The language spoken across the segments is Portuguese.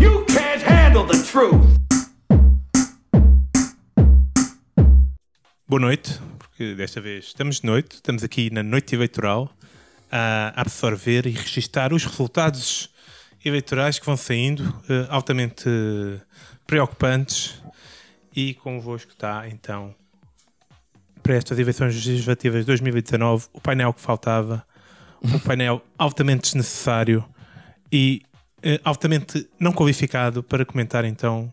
You can't handle the truth. Boa noite, porque desta vez estamos de noite, estamos aqui na noite eleitoral a absorver e registar os resultados eleitorais que vão saindo, eh, altamente eh, preocupantes. E convosco está então, para estas eleições legislativas de 2019, o painel que faltava, um painel altamente desnecessário e eh, altamente não qualificado para comentar então.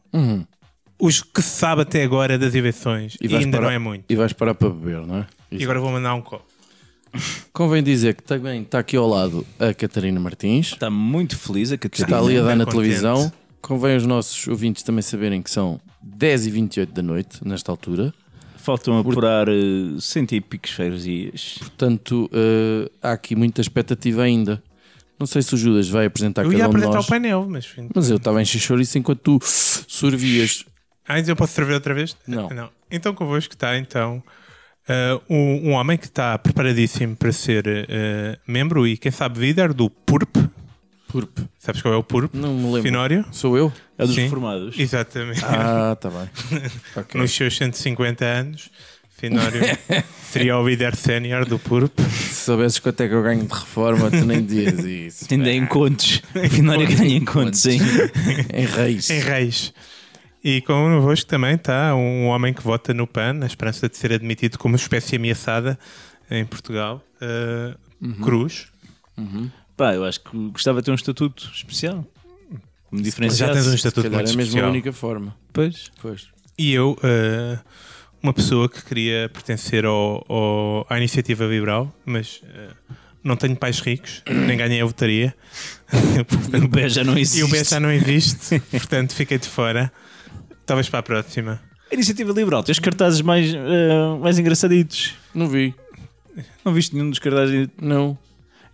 Os que se sabe até agora das eleições e, Uhum. vais ainda parar- não é muito. E vais parar para beber, não é? E agora vou mandar um copo. Convém dizer que também está aqui ao lado a Catarina Martins, Está muito feliz a está Catarina. ali a dar Tá bem na contente. televisão. Convém os nossos ouvintes também saberem que são 10h28 da noite, nesta altura. Faltam apurar eh, cento e picos feiros dias. Portanto, eh, há aqui muita expectativa ainda. Não sei se o Judas vai apresentar Eu cada ia um de apresentar nós. o painel, mas. enfim. Mas eu estava em xixouriço enquanto tu sorvias. Ah, então eu posso servir outra vez? Não. Então convosco está então eh, um, um homem que está preparadíssimo para ser eh, membro e quem sabe líder do PURP. Purp. Sabes qual é o PURP? Não me lembro. Finório? Sou eu? É dos Sim. reformados. Exatamente. Ah, está bem. Ok. Nos seus 150 anos, Finório seria o líder sénior do PURP. Se soubesses quanto é que eu ganho de reforma, tu nem dizias isso. É. Ainda em contos. Afinal, ganha em contos, sim. em reis. em Reis. E convosco também está um homem que vota no PAN, na esperança de ser admitido como espécie ameaçada em Portugal, eh, Cruz. Pá, eu acho que gostava de ter um estatuto especial. Me Já diferenciar. tens um Se estatuto calhar muito é mesmo a especial. única forma. Pois. Pois. E eu, eh, uma pessoa que queria pertencer ao, ao- à iniciativa liberal, mas eh, não tenho pais ricos, nem ganhei a votaria. O pé já não existe. e o BES já não existe, portanto fiquei de fora. Talvez para a próxima. A Iniciativa Liberal tem os cartazes mais, eh, mais engraçaditos. Não vi. Não viste nenhum dos cartazes. Não.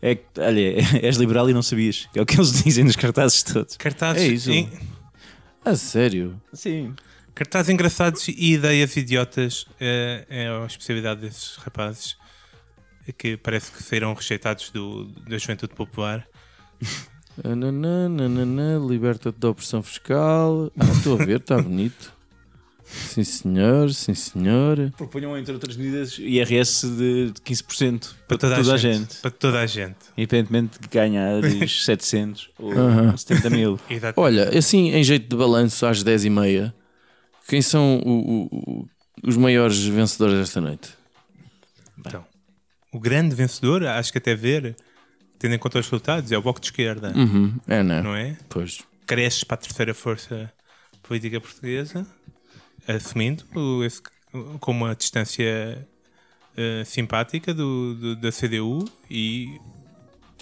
É que, olha, és liberal e não sabias. É o que eles dizem nos cartazes todos. Cartazes, É isso. em- A sério? Sim. Cartazes engraçados e ideias idiotas eh, é, a especialidade desses rapazes que parece que serão rejeitados do, da Juventude Popular. Ananã, nananã, Liberta-te da opressão fiscal. Ah, estou a ver, está bonito. Sim, senhor. Sim, senhor. Propunham, entre outras medidas, IRS de 15% para, toda, a gente. Para toda a gente. Independentemente de ganhares 700 ou Aham. 70 mil. Exato. Olha, assim, em jeito de balanço, às 10h30, quem são o- o- o- os maiores vencedores desta noite? Então, o grande vencedor, acho que até ver, tendo em conta os resultados, é o Bloco de Esquerda, Hum. Uhum. É, não é? não é? Pois. Cresce para a terceira força política portuguesa, assumindo o- esse- com uma distância eh, simpática do, do- da CDU e,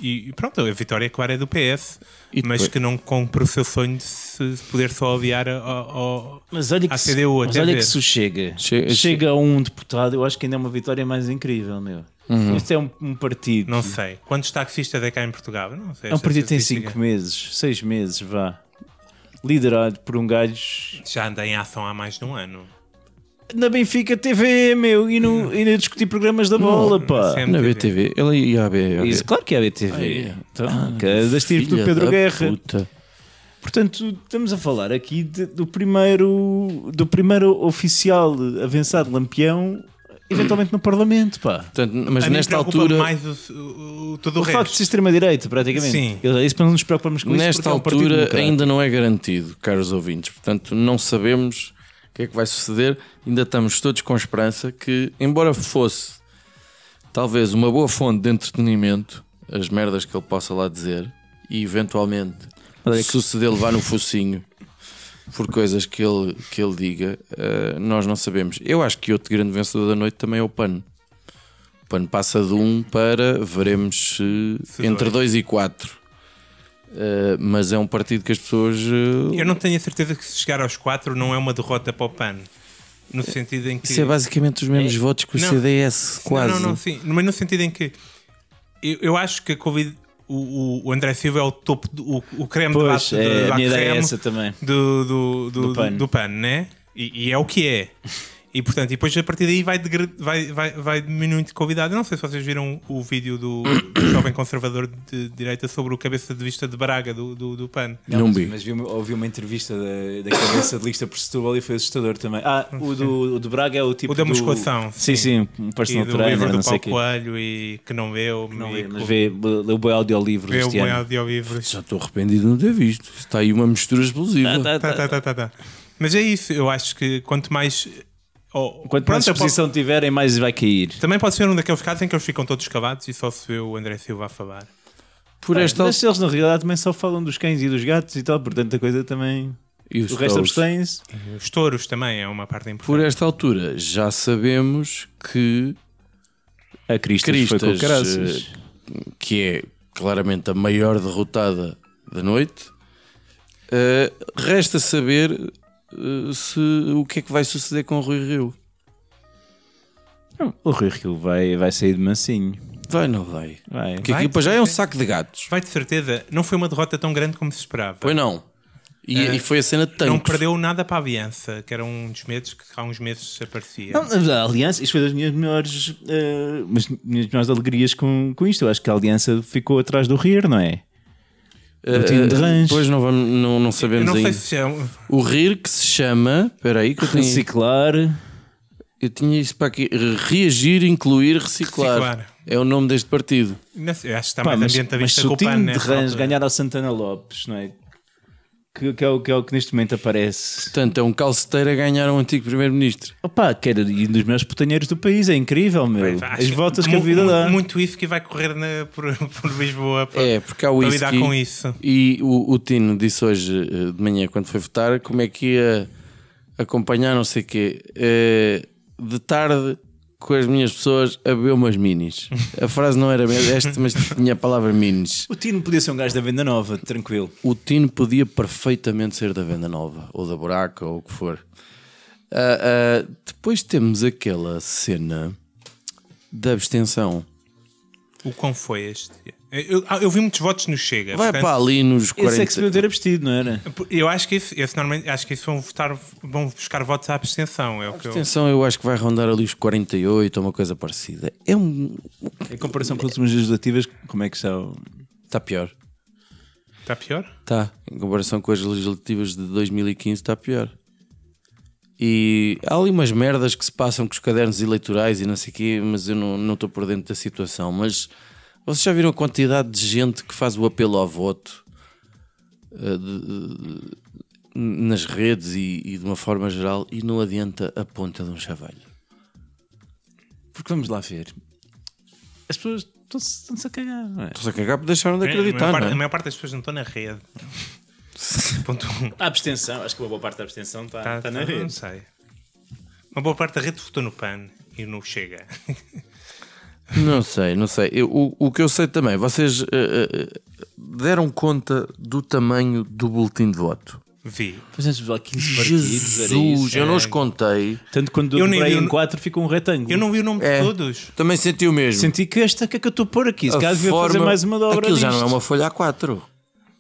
e pronto, a vitória é clara é do PS, E mas depois- que não cumpre o seu sonho de se poder só aliar ao- ao- Mas olha À que, se, CDU, mas até olha ver. que se o chega. Chega- Chega, a um deputado, eu acho que ainda é uma vitória mais incrível, meu. Isto é um, um partido. não sei, quantos taxistas é cá em Portugal? Não sei. é um esta partido que tem estatística. 5 meses, 6 meses, vá. Liderado por um gajo. Já anda em ação há mais de um ano. Na Benfica TV, meu, e no, e no discutir programas da bola, pá. sempre. Na BTV. Ele ia à B. Isso, claro que é a BTV. Ah, é. Então, que é das tiras do Filha Pedro da Guerra. Puta. Portanto, estamos a falar aqui de- do primeiro do primeiro oficial avançado lampião, eventualmente no Parlamento, pá. Portanto, mas A mim nesta preocupa altura, mais o, o- o- todo o, O facto de resto. ser extrema-direita, praticamente. Sim. Eu já disse para não nos preocuparmos com isso. nesta porque é um partido altura democrático. ainda não é garantido, caros ouvintes. Portanto, não sabemos o que é que vai suceder. Ainda estamos todos com esperança que, embora fosse talvez uma boa fonte de entretenimento, as merdas que ele possa lá dizer, e eventualmente Olha que- se suceder levar no focinho por coisas que ele, que ele diga, eh, nós não sabemos. Eu acho que outro grande vencedor da noite também é o PAN. O PAN passa de 1 um para veremos se, Se entre dois. 2 e 4. mas é um partido que as pessoas. eh, Eu não tenho a certeza que se chegar aos 4 não é uma derrota para o PAN. No sentido em que. Isso é basicamente os mesmos votos que o Não. CDS, Não, quase. Não, não, sim. Mas no sentido em que eu, eu acho que a Covid, o, o André Silva é o topo, do, o, o creme Pois, de bate é, de a minha ideia é creme essa também. do, do, do, Do PAN. do PAN, né? E, e é o que é. E portanto, e depois a partir daí vai, degra- vai, vai, vai diminuindo de qualidade. Eu não sei se vocês viram o vídeo do, do jovem conservador de direita sobre o cabeça de vista de Braga do, do, do PAN. Não mas, vi. Mas vi, uma- ouvi uma entrevista da, da cabeça de lista por Setúbal e foi assustador também. Ah, o do, o do Braga é o tipo O da do- musculação, Sim, sim, sim. um E personal do livro trainer, não do sei Paulo o quê. Coelho e que não vê o Não li, mas vê, leu boi audiolivro vê o este meu ano. audiolivro. Já estou arrependido de não ter visto. Está aí uma mistura explosiva. Tá, tá, tá, tá, tá. Mas é isso, eu acho que quanto mais. oh, Quanto pronto, mais eu posso- exposição tiverem, mais vai cair. Também pode ser um daqueles casos em que eles ficam todos cavados e só se vê o André Silva a falar. Por esta Mas eles na realidade também só falam dos cães e dos gatos e tal, portanto a coisa também. E os O resto touros. abstém-se. Os touros também é uma parte importante. Por esta altura, já sabemos que, A Cristas, foi com o Cristas, Caraças. que é claramente a maior derrotada da noite. Eh, resta saber eh, se, o que é que vai suceder com o Rui Rio. eh, O Rui Rio vai, vai sair de mansinho. Vai, não vai? Vai. Porque Vai, aquilo para já é um saco de gatos. Vai de certeza, não foi uma derrota tão grande como se esperava. Pois não. E, e foi a cena de Eh, não tanques. perdeu nada para a Aliança, que era um dos medos que há uns meses aparecia. Não, mas a aliança, isto foi das minhas melhores, eh, mas minhas melhores alegrias com, com isto. Eu acho que a aliança ficou atrás do rir, não é? Eh, time de eh, rancho. Pois não, vamos, não, não eu sabemos não sei ainda. se é um- O rir que se chama. Espera aí, que eu tenho, Reciclar. eu tinha isso para aqui. Reagir, incluir, reciclar. Reciclar. É o nome deste partido. não sei, acho que está Pá, mais mas mas ambientalista se que o o PAN, time né? de Rãs ganhar ao Santana Lopes, não é? Que, que é o, que é o que neste momento aparece. Portanto, é um calceteiro a ganhar um antigo primeiro-ministro. Opa, que era um dos melhores putanheiros do país, é incrível, meu. Acho As voltas que a mu- vida mu- dá. Muito isso que vai correr na- por, por Lisboa para, É, porque há o para whisky. lidar com isso. E o, o Tino disse hoje eh, de manhã, quando foi votar, como é que ia acompanhar não sei o quê. Eh, de tarde, com as minhas pessoas, a beber umas minis. A frase não era bem esta, mas tinha a palavra minis. O Tino podia ser um gajo da venda nova, tranquilo. O Tino podia perfeitamente ser da Venda Nova, ou da Buraca, ou o que for. Ah, ah, depois temos aquela cena da abstenção. O quão foi este? Eu, eu- eu vi muitos votos no Chega. Vai portanto, para ali nos Esse é que se 40. podia ter abstido, não era? Eu acho que isso, esse normalmente, acho que isso vão votar, vão buscar votos à abstenção. É o que eu, Atenção, eu acho que vai rondar ali os 48 ou uma coisa parecida. É um. Em comparação com as últimas legislativas, como é que são? Está pior. está tá pior? Está. tá, Em comparação com as legislativas de 2015, está tá pior. E há ali umas merdas que se passam com os cadernos eleitorais e não sei o quê, mas eu não não estou por dentro da situação. Mas vocês já viram a quantidade de gente que faz o apelo ao voto eh, de- de- nas redes e, e de uma forma geral e não adianta a ponta de um chavalho? Porque vamos lá ver. As pessoas estão-se estão-se a cagar, não é? Estou-se a cagar porque deixaram de a, maior acreditar, parte, não é? a maior parte das pessoas não estão na rede. Ponto um. A abstenção, acho que uma boa parte da abstenção está, Tá- está tá- Não sei. Uma boa parte da rede votou no PAN e não chega. Não sei, não sei. Eu- o, o que eu sei também, vocês eh, eh, eh, deram conta do tamanho do boletim de voto. Vi. Por é, exemplo, há 15 partidos, era Jesus, isso. é. eu não os contei. Tanto quando Eu eu nem- dobrei eu em não- 4 ficou um retângulo. Eu não vi o nome É. de todos. Também senti o mesmo. Senti que esta, que é que eu estou a pôr aqui? Se A calhar devia fazer forma- mais uma dobra Aquilo já não é disto. uma folha A4. Aquilo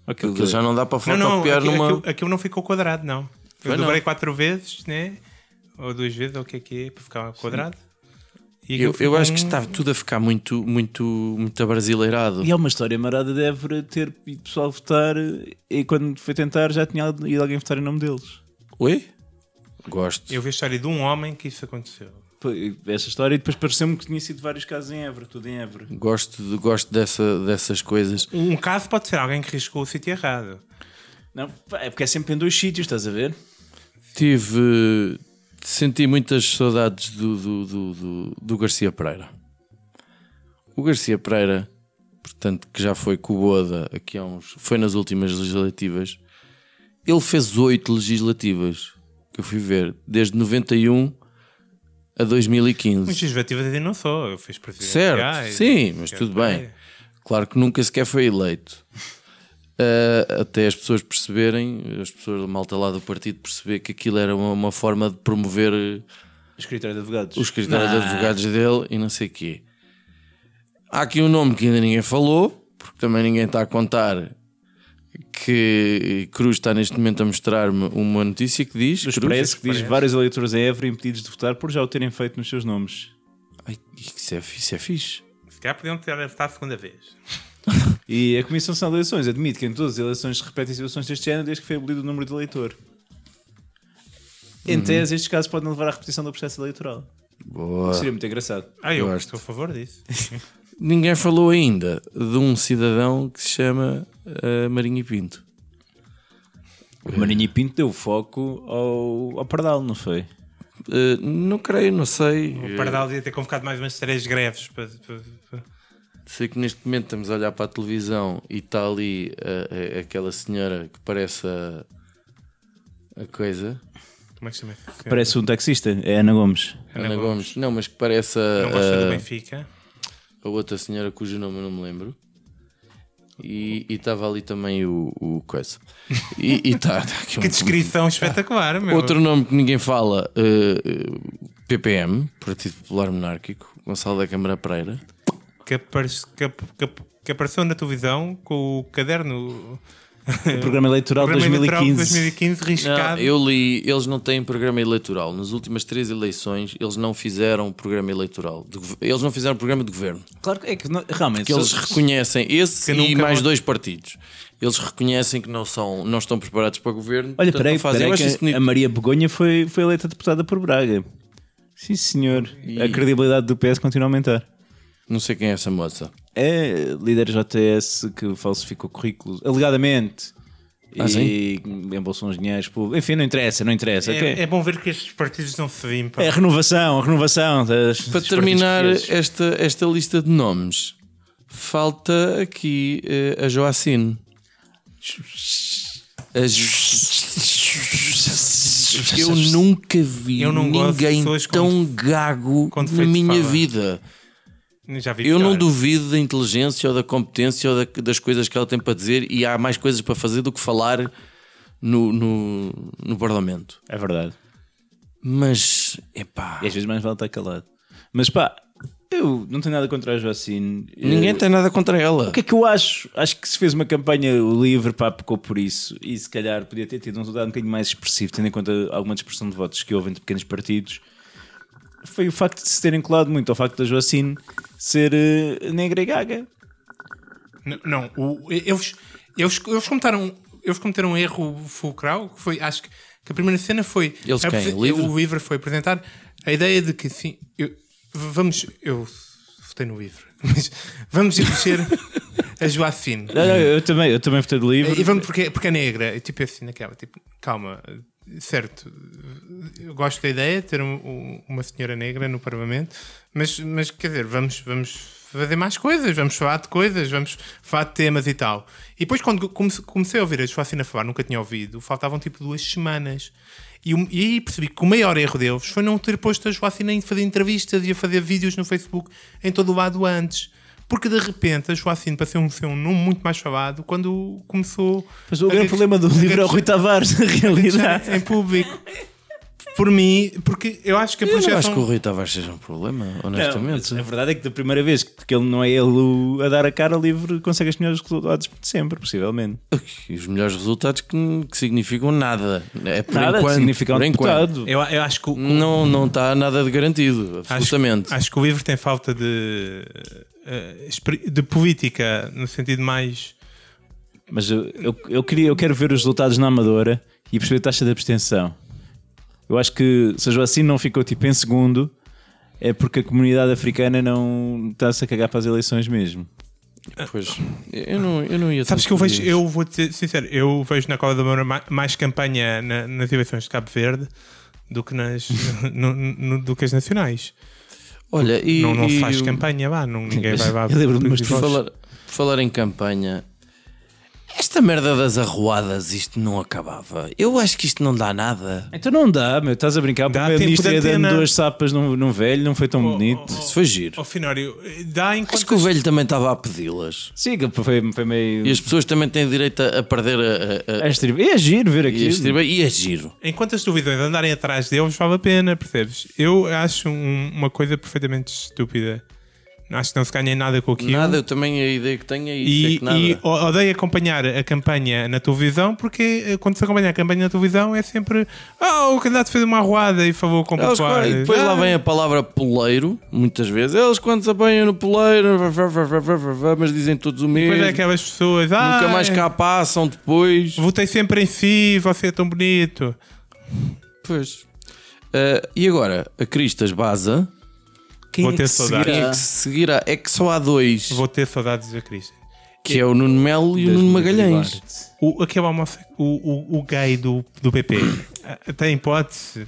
é. Aquilo já não dá para Não, não, fotocopiar aquilo, numa. aquilo- aquilo não ficou quadrado, não. Eu Foi não. dobrei quatro vezes, né? Ou duas vezes, ou o que é que é, para ficar quadrado. E aquilo Eu, eu ficou acho que um- está tudo a ficar muito, muito, muito abrasileirado. E é uma história marada de Évora ter ido pessoal votar eh, e quando foi tentar já tinha ido alguém votar em nome deles. Oi? Gosto. Eu vi a história de um homem que isso aconteceu. Foi Essa história e depois pareceu-me que tinha sido vários casos em Évora, tudo em Évora. Gosto, de- gosto dessa, dessas coisas. Um caso pode ser alguém que riscou o sítio errado. Não, pá, é porque é sempre em dois sítios, estás a ver? Tive. Senti muitas saudades do, do, do, do- do Garcia Pereira. O Garcia Pereira, portanto, que já foi coboda aqui há uns. Foi nas últimas legislativas. Ele fez oito legislativas que eu fui ver, desde 91 a Mas 2015. legislativas eu não sou, eu fiz presidente. Certo, sim, mas tudo Ah, bem. Claro que nunca sequer foi eleito. Uh, até as pessoas perceberem, as pessoas da malta lá do partido perceber que aquilo era uma, uma forma de promover uh, Escritório de advogados. os escritórios de advogados dele e não sei o quê. Há aqui um nome que ainda ninguém falou, porque também ninguém está a contar que Cruz está neste momento a mostrar-me uma notícia que diz Dos Cruz, preços, que diz preços. vários eleitores a Évora impedidos de votar por já o terem feito nos seus nomes. Ai, isso, é, fi- isso é fixe. Se calhar podiam ter votado a segunda vez. E a Comissão Nacional de Eleições admite que em todas as eleições se repetem situações deste género desde que foi abolido o número de eleitor. Em tese, estes casos podem levar à repetição do processo eleitoral. Boa. Seria muito engraçado. Ah, eu Gosto. estou a favor disso. Ninguém falou ainda de um cidadão que se chama eh, Marinho e Pinto. O Marinho e Pinto deu foco ao, ao Pardal, não foi? Eh, não creio, não sei. O Eh, Pardal devia ter convocado mais umas três greves para, para- para- Sei que neste momento estamos a olhar para a televisão e está ali eh, eh, aquela senhora que parece a, a coisa. Como é que chama? Parece um taxista, é Ana Gomes. Ana Ana, Gomes. Gomes. Não, mas que parece a, Não gosta do a- Benfica. a outra senhora cujo nome eu não me lembro. E e estava ali também o, o coisa. E está aqui um Que descrição espetacular, meu. Outro nome que ninguém fala, eh, eh, PPM, Partido Popular Monárquico, Gonçalo da Câmara Pereira. Que, apare- que ap- que ap- que apareceu na televisão com o caderno. eh, O programa eleitoral de Programa eleitoral de 2015. 2015 Não, riscado. eu li, eles não têm programa eleitoral. Nas últimas três eleições, eles não fizeram programa eleitoral. de gov- eles não fizeram programa de governo. Claro que é que não- realmente. Que eles se- reconhecem esse Que e nunca mais vão- dois partidos. Eles reconhecem que não, são, não estão preparados para o governo. Olha, portanto, peraí, não fazem. peraí Eu acho isso que a- bonito. a Maria Begonha foi, foi eleita deputada por Braga. Sim, senhor. A credibilidade do PS continua a aumentar. Não sei quem é essa moça. É líder JTS que falsificou currículos, alegadamente. Ah, e embolsou uns dinheiros públicos. Enfim, não interessa, não interessa. ok? É, é bom ver que estes partidos não se vêm. É a renovação, a renovação. Das, Para dos terminar partidos portugueses. esta, esta lista de nomes, falta aqui eh, a Joacine. A Jo- Eu nunca vi Eu não gosto de ninguém pessoas com tão gago com na defeito de minha fala. vida. Já vi Eu não pior. duvido da inteligência ou da competência ou da- das coisas que ela tem para dizer e há mais coisas para fazer do que falar no, no, no Parlamento. É verdade. Mas, epá, E às vezes mais vale estar calado. Mas pá, eu não tenho nada contra a Joacine. ninguém Eu- tem nada contra ela. O que é que eu acho? Acho que se fez uma campanha livre, pá, pecou por isso. E se calhar podia ter tido um resultado um bocadinho mais expressivo, tendo em conta alguma dispersão de votos que houve entre pequenos partidos. Foi o facto de se terem colado muito ao facto da Joacine ser eh, negra e gaga. N- Não, o- eles, eles, eles, cometeram, eles cometeram um erro fulcral, que foi, acho que, que a primeira cena foi... Eles a- quem? O Livre? O livro foi apresentar a ideia de que, sim, eu- v- vamos... Eu votei no livro, mas vamos eleger a Joacine. Ah, não, Eu também, eu também votei de livre. E vamos porque, porque é negra, e tipo assim, naquela, tipo, calma, certo, eu gosto da ideia de ter um- um- uma senhora negra no Parlamento, mas, mas quer dizer, vamos, vamos fazer mais coisas, vamos falar de coisas, vamos falar de temas e tal. E depois, quando comece- comecei a ouvir a Joacina falar, nunca tinha ouvido, faltavam tipo duas semanas. E, o- e aí percebi que o maior erro deles foi não ter posto a Joacina a fazer entrevistas e a fazer vídeos no Facebook em todo o lado antes. Porque de repente a Joacine passou um, ser um nome muito mais falado quando começou. Mas o a- grande problema do livro é o Rui Tavares, na realidade. em público. Por mim, porque eu acho que a Eu não acho projeção. que o Rui Tavares seja um problema, honestamente. Não, a verdade é que da primeira vez que ele não é ele o- a dar a cara livre, consegue os melhores resultados de sempre, possivelmente. E os melhores resultados que, que significam nada. É por Nada enquanto. significa um por enquanto. deputado. Eu, eu acho que o- Não, não está nada de garantido, Acho, absolutamente. acho que o livro tem falta de, eh, experi- de política, no sentido mais. Mas eu, eu, eu queria, eu quero ver os resultados na Amadora e perceber a taxa de abstenção. Eu acho que se a Joacine não ficou tipo em segundo, é porque a comunidade africana não está-se a cagar para as eleições mesmo. Pois, eu, não, eu não ia Sabes tanto que eu por vejo, isso. eu vou dizer sincero, eu vejo na Cola da Moura ma- mais campanha na- nas eleições de Cabo Verde do que nas, no- no- do que as nacionais. Olha, e, não, não se e faz o- campanha, vá, não, ninguém vai lá. Eu lembro-me, mas tu Por votos. falar, por falar em campanha, esta merda das arruadas, isto não acabava. Eu acho que isto não dá nada. Então não dá, meu. Estás a brincar. O Dá primeiro-ministro ia tempo de dando antena. duas sapas num, num velho, não foi tão bonito. Isso foi giro. Ao Finório, dá Acho enquanto. que o velho também estava a pedi-las. Sim, que foi, foi meio. E as pessoas também têm direito a, a perder a, a, a, É estribe- É giro ver e a aquilo. estriba- e é giro. Enquanto as dúvidas andarem atrás deles, vale a pena, percebes? Eu acho um- uma coisa perfeitamente estúpida Acho que não se ganha nada com aquilo. Nada, eu também a ideia que tenho é isso, é E, que nada. e o- odeio acompanhar a campanha na televisão porque eh, quando se acompanha a campanha na televisão é sempre ah, o candidato fez uma arruada e favor com o Eles, Popó." e depois lá Ah, vem a palavra poleiro, muitas vezes. Eles quando se apanham no poleiro, vá, vá, vá, vá, vá, vá, mas dizem todos o mesmo. Depois é aquelas pessoas, ah, Nunca mais cá passam depois. votei sempre em si, você é tão bonito. Pois. Ah, e agora, a Cristas Baza. Quem Vou é ter que saudades. seguirá? É que seguirá? É que só há dois, Vou ter saudades da Cris. que é o Nuno Melo e o Nuno Magalhães. O, aquele homosse... o, o, o gay do, do PP ah, tem hipótese.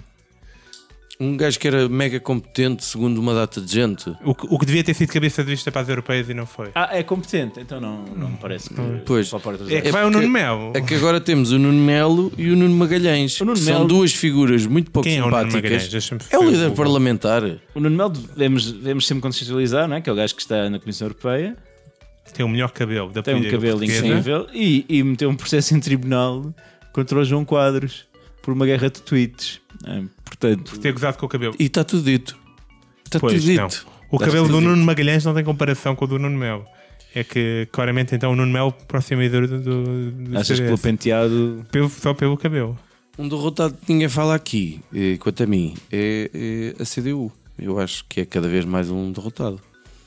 Um gajo que era mega competente, segundo uma data de gente. O, que- o que devia ter sido cabeça de lista para as europeias e não foi. Ah, é competente, então não, não me parece que Pois. só portas É que É vai o porque- Nuno Melo. É que agora temos o Nuno Melo e o Nuno Magalhães. O Nuno que São Melo- duas figuras muito pouco Quem é o Nuno Magalhães? simpáticas. Deixa-me É o fazer líder Google. parlamentar. O Nuno Melo devemos, devemos sempre contextualizar, não é? Que é o gajo que está na Comissão Europeia, Tem o melhor cabelo da tem um política cabelo portuguesa. incrível e, e meteu um processo em tribunal contra o João Quadros por uma guerra de tweets. não é? Portanto, Ter gozado com o cabelo. E está tudo dito. Está tudo Pois, não. dito. O Dá-se cabelo do tudo. Nuno Magalhães não tem comparação com o do Nuno Melo. É que, claramente, então o Nuno Melo próximo do, do, do achas que pelo CDS. penteado Pelo- Só pelo cabelo. Um derrotado que ninguém fala aqui, eh, quanto a mim, é, é a CDU. Eu acho que é cada vez mais um derrotado.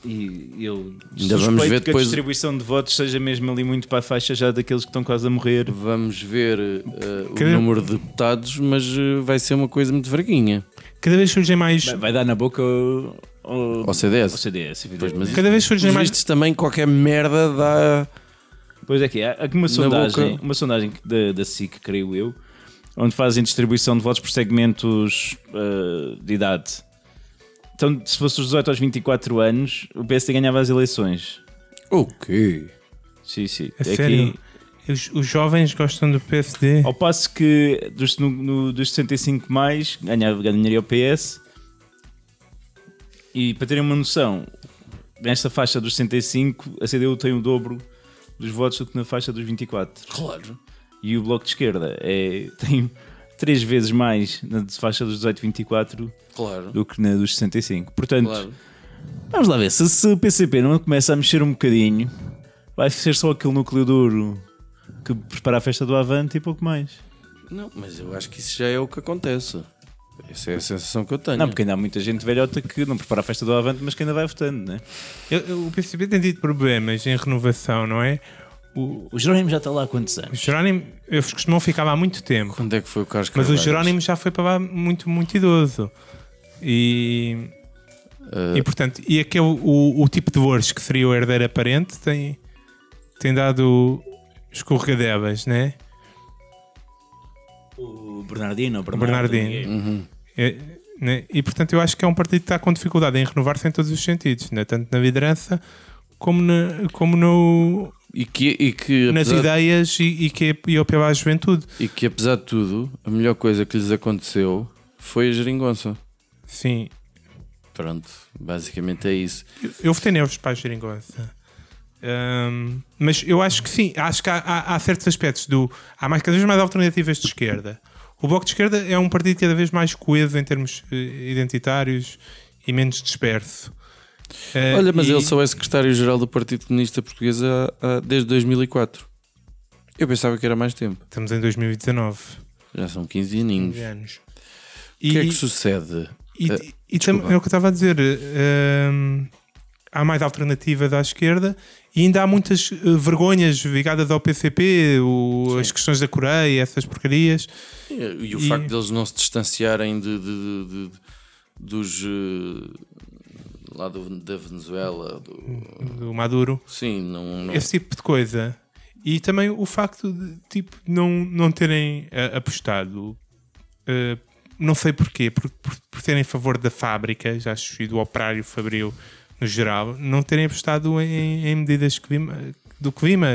e eu Ainda vamos suspeito ver que depois- a distribuição de votos seja mesmo ali muito para a faixa já daqueles que estão quase a morrer. Vamos ver eh, Que- o número de deputados, mas eh, vai ser uma coisa muito fraquinha. Cada vez surgem mais. Vai- Vai dar na boca ao, ao- Ao CDS. ao CDS, Pois, evidentemente. mas Cada vez surgem pelos mais. vistos também qualquer merda dá. Pois é que há aqui uma sondagem, boca. uma sondagem da, da SIC, creio eu, onde fazem distribuição de votos por segmentos ah, de idade. Então, se fosse dos 18 aos 24 anos, o PSD ganhava as eleições. O quê? Sim, sim. é É A Aqui- É sério. Os, os jovens gostam do PSD. Oh. ao passo que dos, no- no- dos 65 mais, ganhava, ganharia o PS. E para terem uma noção, nesta faixa dos 65, a CDU tem o dobro dos votos do que na faixa dos 24. Claro. E o Bloco de Esquerda é, tem três vezes mais na faixa dos 18-24 Claro. do que na dos 65. Portanto, Claro. vamos lá ver, se, se o PCP não começa a mexer um bocadinho, vai ser só aquele núcleo duro que prepara a festa do Avante e pouco mais. Não, mas eu acho que isso já é o que acontece. Essa é a sensação que eu tenho. Não, porque ainda há muita gente velhota que não prepara a festa do Avante, mas que ainda vai votando, né? Eu- eu- o PCP tem tido problemas em renovação, não é? O, O Jerónimo já está lá há quantos o anos? Jerónimo. Eles costumam ficar há muito tempo. Quando é que foi o Carlos Mas o Carvalho? Jerónimo já foi para lá muito, muito idoso. E. Eh. E portanto, e aquele, o, o tipo de Borges que seria o herdeiro aparente tem, tem dado escorregadelas, né? O Bernardino, o Bernardo, Bernardino. ninguém. Uhum. É, né? E portanto, eu acho que é um partido que está com dificuldade em renovar-se em todos os sentidos, né? tanto na liderança como, na, como no, E que, e, que, nas apesar, ideias e, e que é, e apela à juventude. e que apesar de tudo, a melhor coisa que lhes aconteceu foi a geringonça. Sim, Pronto, basicamente é isso. eu, eu votei neves para a geringonça. Ahm, mas eu acho que sim, acho que há, há- há certos aspectos do. Há mais, cada vez mais alternativas de esquerda. O Bloco de Esquerda é um partido cada vez mais coeso em termos eh, identitários e menos disperso. Ah, Olha, mas e- ele só é secretário-geral do Partido Comunista Português há- há- desde 2004. Eu pensava que era mais tempo. Estamos em 2019. Já são 15 aninhos. 15 anos. O que é E- que sucede? E, Eh, e tam- desculpa. é o que eu estava a dizer. eh, hum, há mais alternativas à esquerda e ainda há muitas eh, vergonhas ligadas ao PCP, o- as questões da Coreia, essas porcarias. E, o e- facto deles não se distanciarem de, de- de- de- dos. eh, lá do- da Venezuela. do- do Maduro, Sim, não. não- esse tipo de coisa. E também o facto de tipo, não, não terem eh, apostado, eh, não sei porquê, por, por, por terem favor da fábrica, já acho, e do operário fabril no geral, não terem apostado em, em medidas clima- do clima,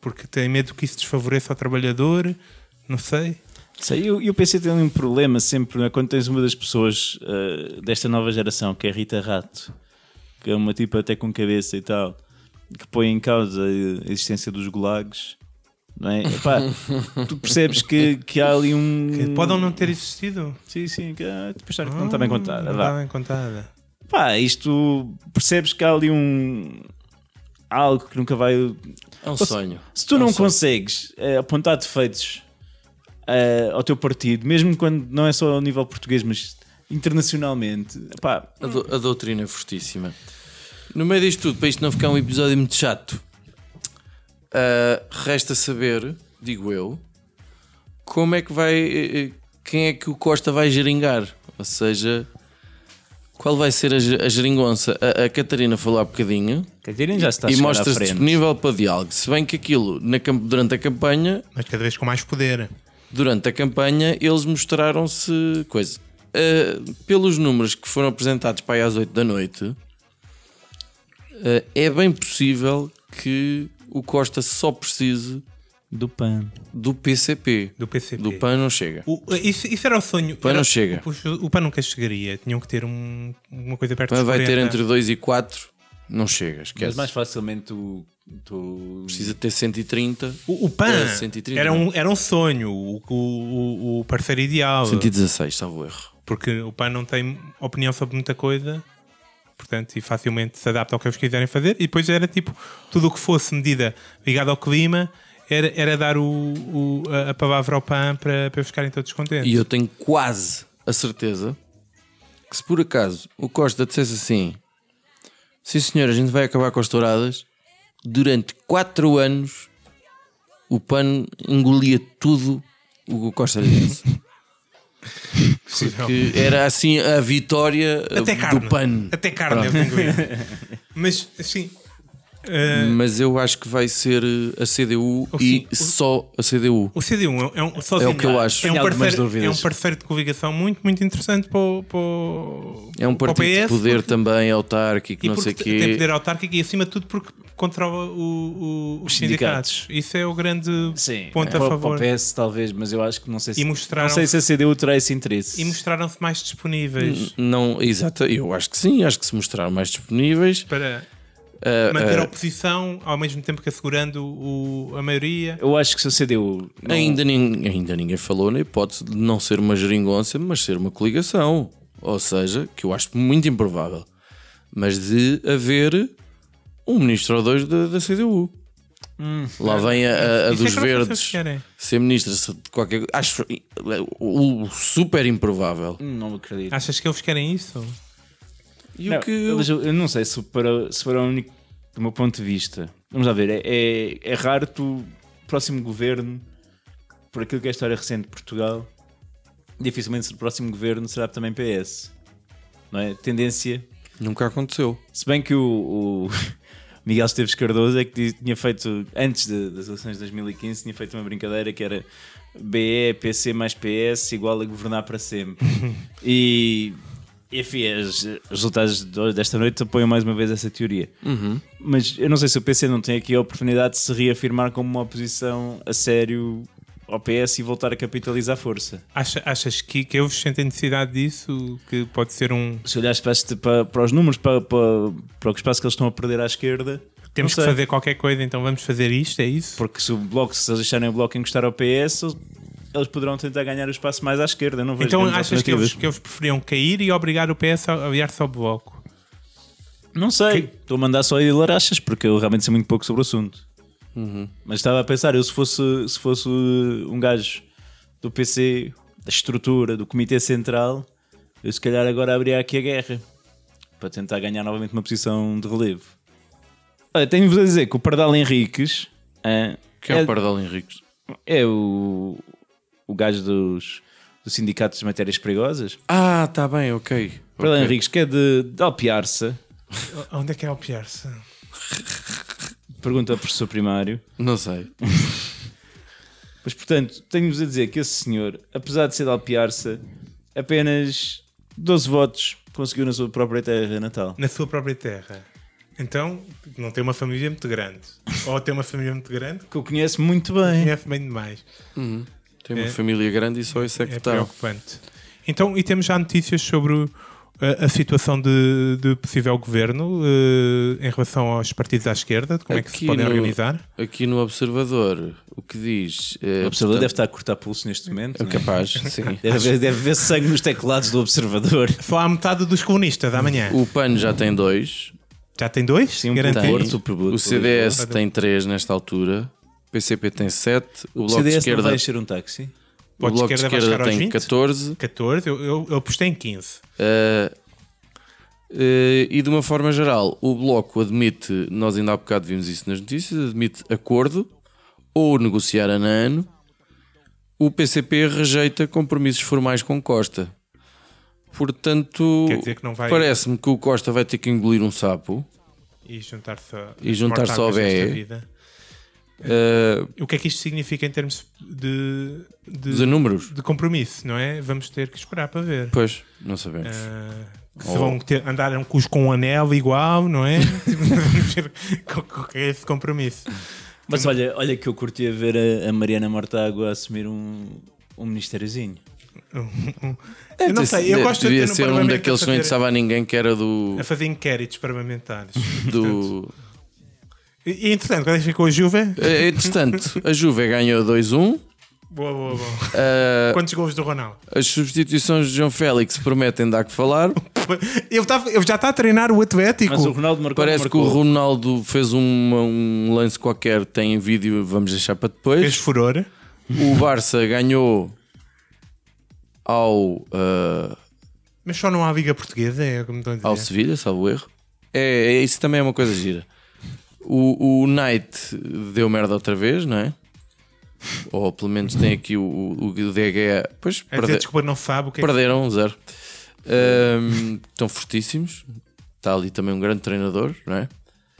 porque têm medo que isso desfavoreça o trabalhador, não sei. Sei, eu, eu pensei tem um problema sempre não é? quando tens uma das pessoas ah, desta nova geração, que é a Rita Rato, que é uma tipo até com cabeça e tal, que põe em causa a existência dos gulags, não é? Epá, tu percebes que, que há ali um. Podem não ter existido. Sim, sim, que, ah, depois está- não está bem contada. Não vá. está bem contada. Pá, isto percebes que há ali um. algo que nunca vai. É um sonho. Se tu É um não sonho. consegues eh, apontar defeitos eh, ao teu partido, mesmo quando não é só ao nível português, mas internacionalmente, pá, A, do- a doutrina é fortíssima. No meio disto tudo, para isto não ficar um episódio muito chato, ah, resta saber, digo eu, como é que vai. eh, eh, Quem é que o Costa vai geringar? Ou seja, qual vai ser a, ge- a geringonça? A, a Catarina falou há bocadinho Catarina já está Tá a e chegar à mostra-se frente. disponível para diálogo. Se bem que aquilo, na camp- durante a campanha, Mas cada vez com mais poder. durante a campanha eles mostraram-se coisa. Uh, pelos números que foram apresentados para aí às 8 da noite, uh, é bem possível que o Costa só precise Do PAN. do PCP. Do PCP. Do PAN não chega. O- isso, isso era o sonho. PAN não Era- chega. O, o PAN nunca chegaria. Tinham que ter um, uma coisa perto PAN de vai ter 40. entre 2 e 4, não chega, Mas esquece. mais facilmente tu. tu- Precisa ter 130, O, o PAN É, 130, era, um, era um sonho, o, o- o, o parceiro ideal. 116, salvo erro. Porque o PAN não tem opinião sobre muita coisa, portanto, e facilmente se adapta ao que eles quiserem fazer. E depois era tipo, tudo o que fosse medida ligada ao clima era, era dar o, o- a, a palavra ao PAN para, para eles ficarem todos contentes. E eu tenho quase a certeza que se por acaso o Costa dissesse assim: Sim senhor, a gente vai acabar com as touradas, durante 4 anos o PAN engolia tudo o que o Costa lhe disse. Possível. que era assim a vitória eh, Até carne. do PAN. Até carne, eu engolia. Mas, assim, Mas eu acho que vai ser eh, a CDU O e sim- o- só a CDU. O CDU é um, sozinho, É o que eu acho. É um, Tenho algumas parceiro, dúvidas. é um parceiro de coligação muito, muito interessante para o, para o- É um para o partido de PS, poder também, autárquico, E não porque sei o tem poder quê. autárquico e acima de tudo porque controla o- o- os sindicatos. Isso é o grande Sim, é. ponto para a o- favor. para o PS talvez, mas eu acho que não sei se. E mostraram- Não sei se a CDU terá esse interesse. E mostraram-se mais disponíveis Não, exato, eu acho que sim, acho que se mostraram mais disponíveis. para Ah, manter ah, a oposição ao mesmo tempo que assegurando o- a maioria. Eu acho que se a CDU. não- Ainda, nin- ainda ninguém falou na hipótese de não ser uma geringonça, mas ser uma coligação. Ou seja, que eu acho muito improvável. Mas de haver um ministro ou dois da, da CDU. Lá vem a, a- a Hum. Isso é que eu dos não sei se eles verdes querem. ser ministra se- de qualquer coisa. Acho o, o super improvável. Não acredito. Achas que eles querem isso? E Não, o que. mas eu, eu não sei se para, se para o único, do meu ponto de vista, vamos lá ver, é, é, é raro tu, próximo governo, por aquilo que é a história recente de Portugal, dificilmente o próximo governo será também PS. Não é? Tendência. Nunca aconteceu. Se bem que o, o Miguel Esteves Cardoso é que diz- tinha feito, antes de- das eleições de 2015, tinha feito uma brincadeira que era BE, PC mais PS igual a governar para sempre. e, enfim, as- os resultados do- desta noite apoiam mais uma vez essa teoria. Mas eu não sei se o PC não tem aqui a oportunidade de se reafirmar como uma oposição a sério ao PS e voltar a capitalizar a força. Acha- achas que, que eles sentem necessidade disso? Que pode ser um. Se olhares para, este- para- para os números, para, para, para o espaço que eles estão a perder à esquerda, Temos que não sei. fazer qualquer coisa, então vamos fazer isto, é isso? Porque se o bloco, se eles deixarem o bloco encostar ao PS, eles poderão tentar ganhar o espaço mais à esquerda. Não vejo Então grandes achas que eles, alternativas. que eles preferiam cair e obrigar o PS a aliar-se ao bloco? Não sei. Estou a mandar só aí larachas, porque eu realmente sei muito pouco sobre o assunto. Mas estava a pensar, eu se fosse, se fosse um gajo do PC, da estrutura, do Comitê Central, eu se calhar agora abria aqui a guerra para tentar ganhar novamente uma posição de relevo. Olha, Tenho-vos a dizer que o Pardal Henriques ah, Que é, o Pardal Henriques. É o, o gajo dos, do Sindicato de Matérias Perigosas. Ah, está bem, ok. Perdão, Ok. Henriques, que é de, de Alpiarça. Onde é que é o Pierce? Pergunta ao professor primário. Não sei. Mas, portanto, tenho-vos a dizer que esse senhor, apesar de ser de Alpiarça, apenas 12 votos conseguiu na sua própria terra natal. Na sua própria terra. Então, não tem uma família muito grande. Ou tem uma família muito grande, Que eu conheço muito bem. conhece bem demais. Tem uma família grande e só isso é que É Então, está. preocupante. Então, e temos já notícias sobre o, a, a situação de, de possível governo eh, em relação aos partidos à esquerda, de como é que se Aqui podem no- organizar. Aqui no Observador, o que diz. eh, O observador portanto, deve estar a cortar pulso neste momento. não é? é capaz, sim. Deve haver, deve haver sangue nos teclados do observador. Só há metade dos comunistas da manhã. O PAN já tem dois. Já tem dois? Sim, um Tem. Garantido. Porto, o Porto, o CDS Lisboa. tem três nesta altura. O PCP tem sete. O O Bloco de CDS não Esquerda, vai ser um táxi? o Bloco de bloco de Esquerda vai chegar esquerda aos tem 20? 14. 14, eu, eu, eu postei em 15. eh, eh, e de uma forma geral, o Bloco admite, nós ainda há bocado vimos isso nas notícias, admite acordo ou negociar ano a ano. O PCP rejeita compromissos formais com Costa. Portanto, Quer dizer que não vai- parece-me que o Costa vai ter que engolir um sapo. E juntar-se a- E juntar-se cortar ao coisas BE. da vida. Eh, O que é que isto significa em termos de, Dos de, números? de compromisso, não é? Vamos ter que esperar para ver. Pois, não sabemos. Ah, que Oh. se vão ter, andar com os com um anel igual, não é? Vamos ver qual- qual é esse compromisso. Mas olha, olha que eu curtia ver a, a Mariana Mortágua assumir um, um ministériozinho. Um, Eu não sei, eu De- gosto de devia ter no ser um Parlamento daqueles a que não fazer- interessava a ninguém, que era do. a fazer inquéritos parlamentares. do... E entretanto, quando é que ficou a Juve? Eh, Entretanto, a Juve ganhou 2-1. Boa, boa, boa. eh, Quantos gols do Ronaldo? as substituições de João Félix prometem dar que falar. Ele, tá- ele já está a treinar o Atlético. Mas o Ronaldo marcou Parece que o marcou. Ronaldo fez uma- um lance qualquer, tem vídeo, vamos deixar para Fez depois. furor. O Barça ganhou ao, eh, Mas só não há Liga Portuguesa, é como estão a dizer. ao Sevilha, salvo erro. É, é- isso também é uma coisa gira. O, o Knight deu merda outra vez, não é? Ou pelo menos tem aqui o, o, o DGE. Pois É dizer, perde- desculpa, não sabe o que é. perderam um zero. Ahm, estão fortíssimos. Está ali também um grande treinador, não é?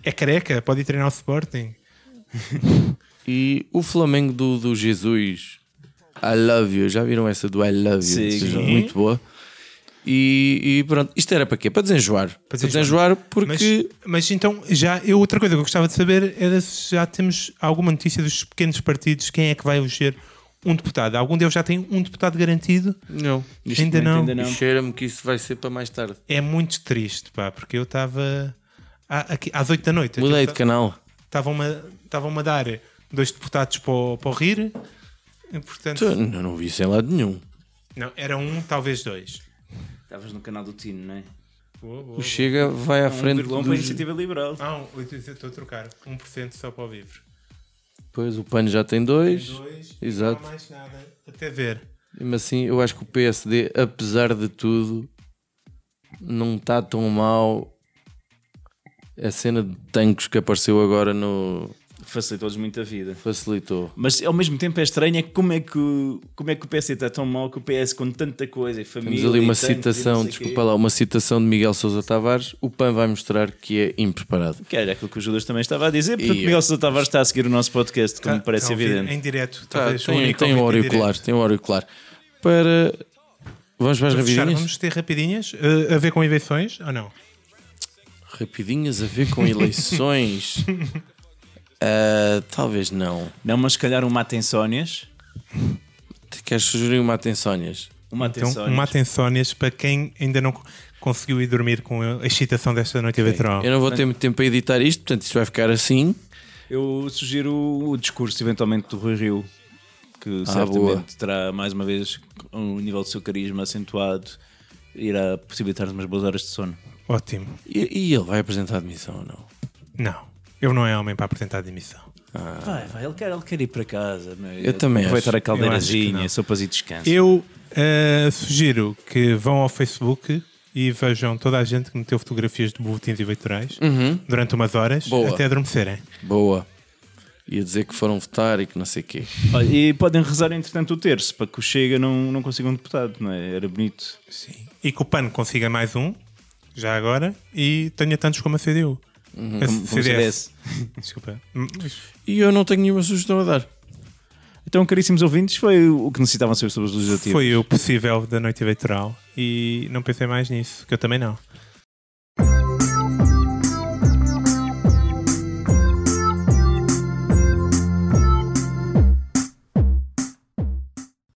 É careca, pode ir treinar o Sporting. E o Flamengo do, do Jesus, I love you. Já viram essa do I love you? Sim. Seja, Muito boa. E, e pronto, isto era para quê? Para desenjoar. Para desenjoar, Mas, porque mas então, já, eu, outra coisa que eu gostava de saber era se já temos alguma notícia dos pequenos partidos, quem é que vai eleger um deputado. Algum deles já tem um deputado garantido? não. Neste ainda momento não. E Cheira-me que isso vai ser para mais tarde. É muito triste, pá, porque eu estava à- aqui- às 8 da noite. Mudei de Aquilo canal. Estavam-me a- estavam-me a dar dois deputados para o, para o rir. E, Tu- Portanto, Então, Eu não vi isso em lado nenhum. não, era um, talvez dois. Estavas no canal do Tino, não é? Boa, boa. O Chega vai à Um frente. vilão dos- para a iniciativa liberal. Ah, um, eu estou a trocar. 1% só para o livro. Pois o PAN já tem dois. Dois, Exato. Não há mais nada. Até ver. Mesmo assim, eu acho que o PSD, apesar de tudo, não está tão mal. A cena de tanques que apareceu agora no. Facilitou-lhes muito a vida. facilitou. Mas ao mesmo tempo é estranho é que como é que, o- como é que o PS está tão mal que o PS com tanta coisa e família. Temos ali uma e tanques e não citação, sei desculpa quê. lá, uma citação de Miguel Sousa Tavares. O PAN vai mostrar que é impreparado. Que era aquilo que o Judas também estava a dizer, porque E- Miguel Sousa Tavares está a seguir o nosso podcast, como Tá- parece tá a ouvir evidente. Em direto. Tá, talvez o tem, único tem um ouvinte em auricular, direto. tem um auricular. Para. Vamos para as Para fechar, rapidinhas? vamos ter rapidinhas eh, a ver com eleições ou não? Rapidinhas a ver com eleições? Ah, talvez não. Não, mas se calhar um Matem Sónias. Queres sugerir uma atenções? Um Matem Então, Sónias. matem sónias para quem ainda não co- conseguiu ir dormir com a excitação desta noite eleitoral. Eu não vou ter muito tempo para editar isto, portanto isto vai ficar assim. Eu sugiro o discurso, eventualmente, do Rui Rio, que certamente boa. terá mais uma vez um nível do seu carisma acentuado, irá possibilitar umas boas horas de sono. Ótimo. E, e ele vai apresentar a admissão ou não? Não. Eu não é homem para apresentar demissão. Ah. Vai, vai, ele quer, ele quer ir para casa. Meu. Eu também Vai acho. Eu estar a acho que caldeirazinha, não. sopas e descanso. Eu eh, sugiro que vão ao Facebook e vejam toda a gente que meteu fotografias de boletins eleitorais durante umas horas Uhum. Boa. até adormecerem. Boa. Ia dizer que foram votar e que não sei o quê. Olha, e podem rezar, entretanto, o terço, para que o Chega não, não consiga um deputado, não é? Era bonito. E que o PAN consiga mais um, já agora, e tenha tantos como a CDU. A Uhum. Como- como CDS. Desculpa. E eu não tenho nenhuma sugestão a dar. Então, caríssimos ouvintes, foi o que necessitavam Tipo. saber sobre os legislativos. Foi o possível da noite eleitoral e não pensei mais nisso, que eu também não.